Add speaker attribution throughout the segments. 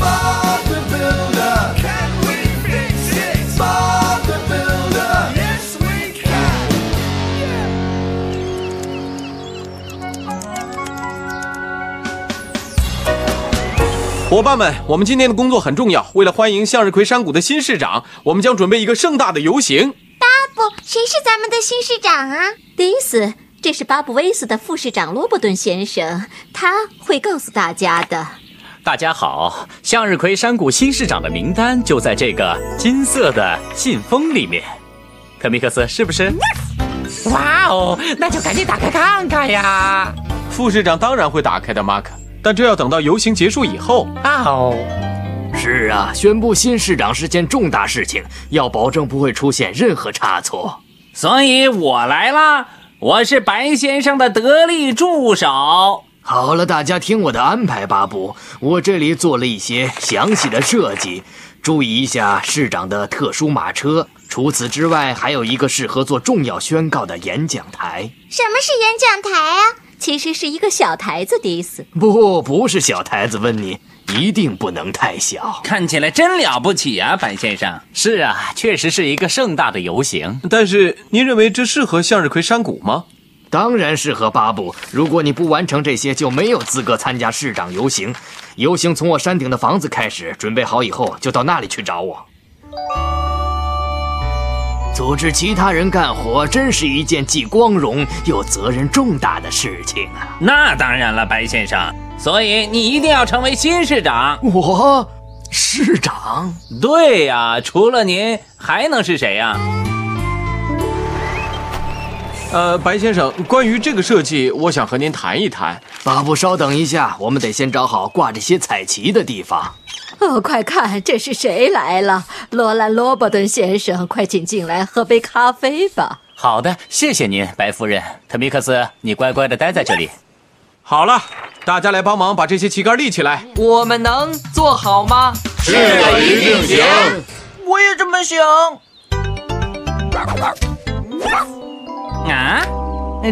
Speaker 1: Father Builder, can we fix it? Father Builder, yes we can.
Speaker 2: 伙伴们，我们今天的工作很重要。为了欢迎向日葵山谷的新市长，我们将准备一个盛大的游行。
Speaker 3: 不，谁是咱们的新市长啊？
Speaker 4: 迪斯，这是巴布威斯的副市长罗伯顿先生，他会告诉大家的。
Speaker 5: 大家好，向日葵山谷新市长的名单就在这个金色的信封里面。特米克斯是不是？
Speaker 6: 哇哦，那就赶紧打开看看呀！
Speaker 2: 副市长当然会打开的，马克。但这要等到游行结束以后。
Speaker 6: 啊哦，
Speaker 7: 是啊，宣布新市长是件重大事情，要保证不会出现任何差错。
Speaker 8: 所以我来啦，我是白先生的得力助手。
Speaker 7: 好了，大家听我的安排吧。不，我这里做了一些详细的设计，注意一下市长的特殊马车。除此之外，还有一个适合做重要宣告的演讲台。
Speaker 3: 什么是演讲台啊？
Speaker 4: 其实是一个小台子，迪斯。
Speaker 7: 不，不是小台子，问你一定不能太小。
Speaker 8: 看起来真了不起啊，白先生。
Speaker 5: 是啊，确实是一个盛大的游行。
Speaker 2: 但是，您认为这适合向日葵山谷吗？
Speaker 7: 当然适合巴布。如果你不完成这些，就没有资格参加市长游行。游行从我山顶的房子开始，准备好以后就到那里去找我。组织其他人干活，真是一件既光荣又责任重大的事情啊！
Speaker 8: 那当然了，白先生。所以你一定要成为新市长。
Speaker 7: 我，市长，
Speaker 8: 对呀、除了您还能是谁呀、
Speaker 2: 呃，白先生，关于这个设计，我想和您谈一谈。
Speaker 7: 巴布，稍等一下，我们得先找好挂这些彩旗的地方。
Speaker 4: 哦，快看，这是谁来了？罗兰·罗伯顿先生，快请进来喝杯咖啡吧。
Speaker 5: 好的，谢谢您，白夫人。特米克斯，你乖乖的待在这里。
Speaker 2: 好了，大家来帮忙把这些旗杆立起来。
Speaker 6: 我们能做好吗？
Speaker 9: 我也这么想。
Speaker 8: 啊？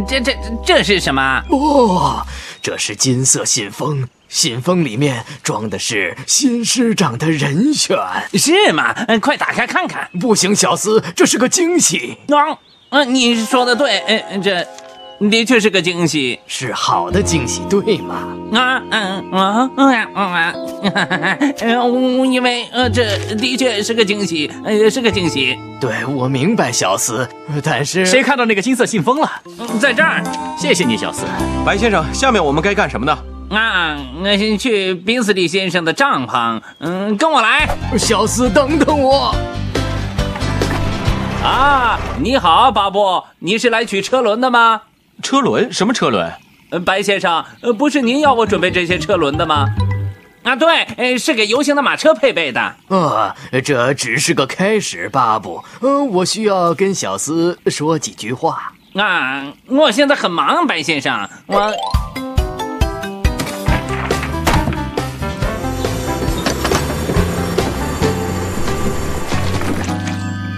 Speaker 8: 这这这是什么？
Speaker 7: 哦，这是金色信封，信封里面装的是新市长的人选。
Speaker 8: 是吗？
Speaker 5: 呃
Speaker 8: 嗯，快打开看看。
Speaker 7: 不行，小斯，这是个惊喜，
Speaker 8: 啊，嗯，你说的对，嗯，这的确是个惊喜
Speaker 7: 是好的惊喜，对吗？
Speaker 8: 啊，嗯啊啊啊！嗯，因为呃，这的确是个惊喜，呃，是个惊喜，
Speaker 7: 对，我明白，小斯，但是
Speaker 5: 谁看到那个金色信封了？
Speaker 8: 嗯在这儿
Speaker 5: 谢谢你，小四。
Speaker 2: 白先生，下面我们该干什么呢？
Speaker 8: 啊，那先去宾斯利先生的帐篷，嗯，跟我来
Speaker 7: 小斯，等等我，
Speaker 8: 啊！你好，巴布，你是来取车轮的吗？
Speaker 2: 车轮？什么车轮？
Speaker 8: 呃白先生，呃，不是您要我准备这些车轮的吗？啊，对，呃，是给游行的马车配备的。
Speaker 7: 啊，这只是个开始，巴布。嗯、我需要跟小斯说几句话。
Speaker 8: 啊，我现在很忙，白先生，我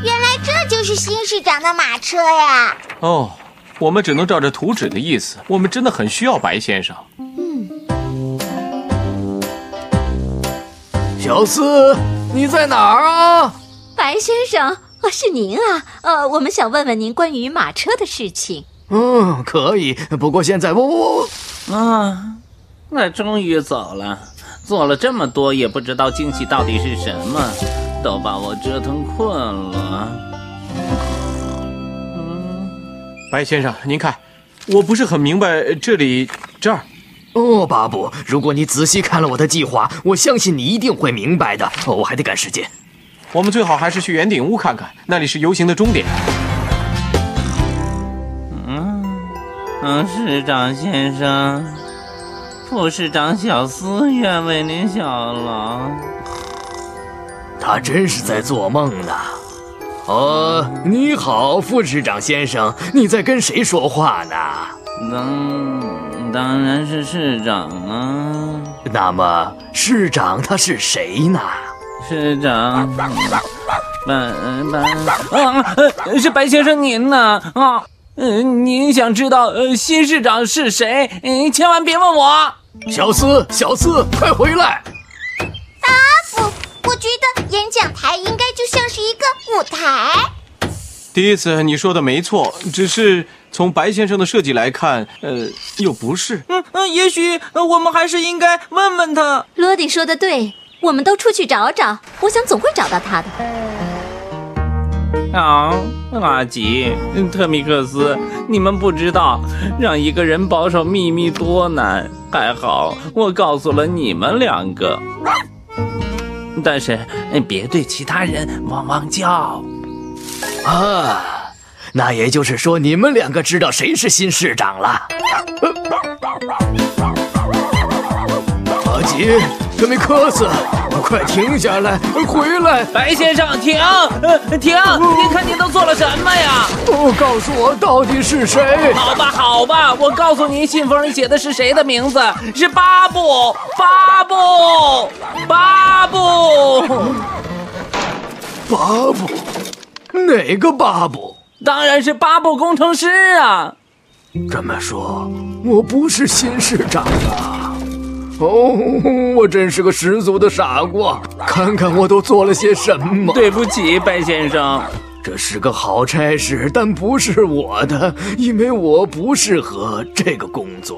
Speaker 3: 原来这就是新市长的马车呀！
Speaker 2: 哦，我们只能照着图纸的意思。我们真的很需要白先生。
Speaker 7: 小斯，你在哪儿啊？
Speaker 4: 白先生，啊，是您啊。呃，我们想问问您关于马车的事情。
Speaker 7: 嗯，可以，不过现在我我我
Speaker 8: 啊，那终于走了。做了这么多，也不知道惊喜到底是什么，都把我折腾困了。
Speaker 2: 白先生，您看，我不是很明白这里这儿。
Speaker 7: 哦，巴布，如果你仔细看了我的计划，我相信你一定会明白的。哦，我还得赶时间。
Speaker 2: 我们最好还是去圆顶屋看看，那里是游行的终点。
Speaker 8: 嗯，市长先生，副市长小斯愿为您效劳。
Speaker 7: 他真是在做梦呢。哦，你好，副市长先生，你在跟谁说话呢？
Speaker 8: 当当然是市长了、
Speaker 7: 那么，市长他是谁呢？
Speaker 8: 市长，嗯嗯白啊，呃是白先生您呢啊？嗯、您想知道呃新市长是谁？嗯、千万别问我。
Speaker 7: 小厮，小厮，快回来！
Speaker 3: 哦不，我觉得演讲台应该就像是一个舞台。
Speaker 2: 第一次你说的没错，只是从白先生的设计来看，呃，又不是。
Speaker 9: 嗯嗯，也许呃我们还是应该问问他。
Speaker 4: 罗迪说的对，我们都出去找找，我想总会找到他的。
Speaker 8: 啊，阿吉，嗯特米克斯，你们不知道，让一个人保守秘密多难。还好我告诉了你们两个，但是哎别对其他人汪汪叫。
Speaker 7: 啊，那也就是说你们两个知道谁是新市长了。阿吉，特米克斯，快停下来，回来！
Speaker 8: 白先生，停，呃停！您看您都做了什么呀？
Speaker 7: 哦，告诉我到底是谁？
Speaker 8: 好吧，好吧，我告诉您，信封里写的是谁的名字？是巴布，巴布，巴布，
Speaker 7: 巴布，哪个巴布？
Speaker 8: 当然是巴布工程师啊！
Speaker 7: 这么说，我不是新市长啊！哦，我真是个十足的傻瓜！看看我都做了些什么。
Speaker 8: 对不起，白先生。
Speaker 7: 这是个好差事，但不是我的，因为我不适合这个工作。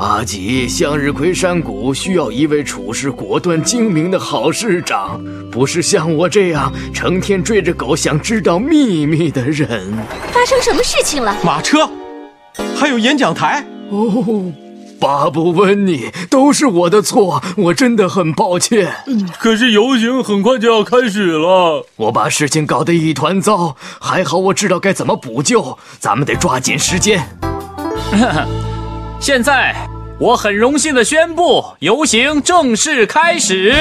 Speaker 7: 阿吉，向日葵山谷需要一位处事果断、精明的好市长，不是像我这样成天追着狗想知道秘密的人。
Speaker 4: 发生什么事情了？
Speaker 2: 马车，还有演讲台，
Speaker 7: 哦，巴布温尼，都是我的错，我真的很抱歉。
Speaker 5: 可是游行很快就要开始了。
Speaker 7: 我把事情搞得一团糟，还好我知道该怎么补救，咱们得抓紧时间。
Speaker 5: 现在，我很荣幸的宣布，游行正式开始。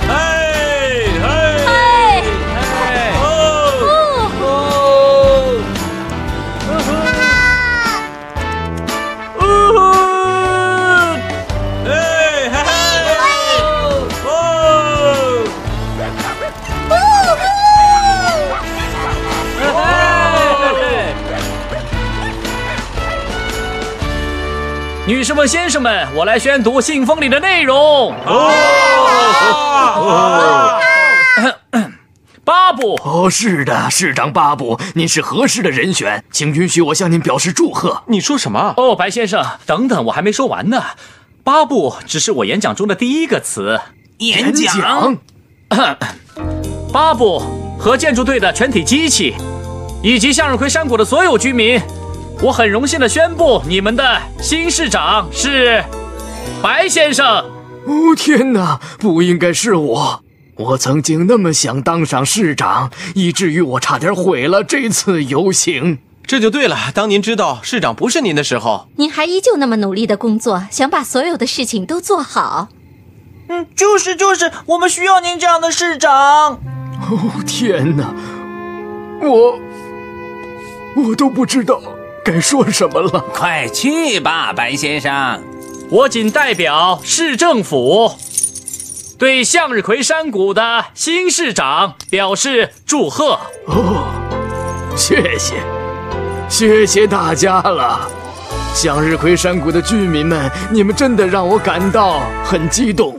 Speaker 5: 嘿嘿嘿哦哦哦嘿嘿嘿哦女士们、先生们，我来宣读信封里的内容。巴布，
Speaker 7: 哦，是的，市长巴布，您是合适的人选，请允许我向您表示祝贺。
Speaker 2: 你说什么啊？
Speaker 5: 哦，白先生，等等，我还没说完呢。巴布只是我演讲中的第一个词。
Speaker 7: 演讲，
Speaker 5: 巴布和建筑队的全体机器，以及向日葵山谷的所有居民，我很荣幸的宣布，你们的新市长是白先生。
Speaker 7: 哦天哪，不应该是我。我曾经那么想当上市长，以至于我差点毁了这次游行。
Speaker 2: 这就对了。当您知道市长不是您的时候，
Speaker 4: 您还依旧那么努力的工作，想把所有的事情都做好。
Speaker 9: 嗯，就是就是，我们需要您这样的市长。
Speaker 7: 哦天哪，我我都不知道该说什么了。
Speaker 8: 快去吧，白先生。
Speaker 5: 我仅代表市政府对向日葵山谷的新市长表示祝贺。
Speaker 7: 谢谢，谢谢大家了。向日葵山谷的居民们，你们真的让我感到很激动。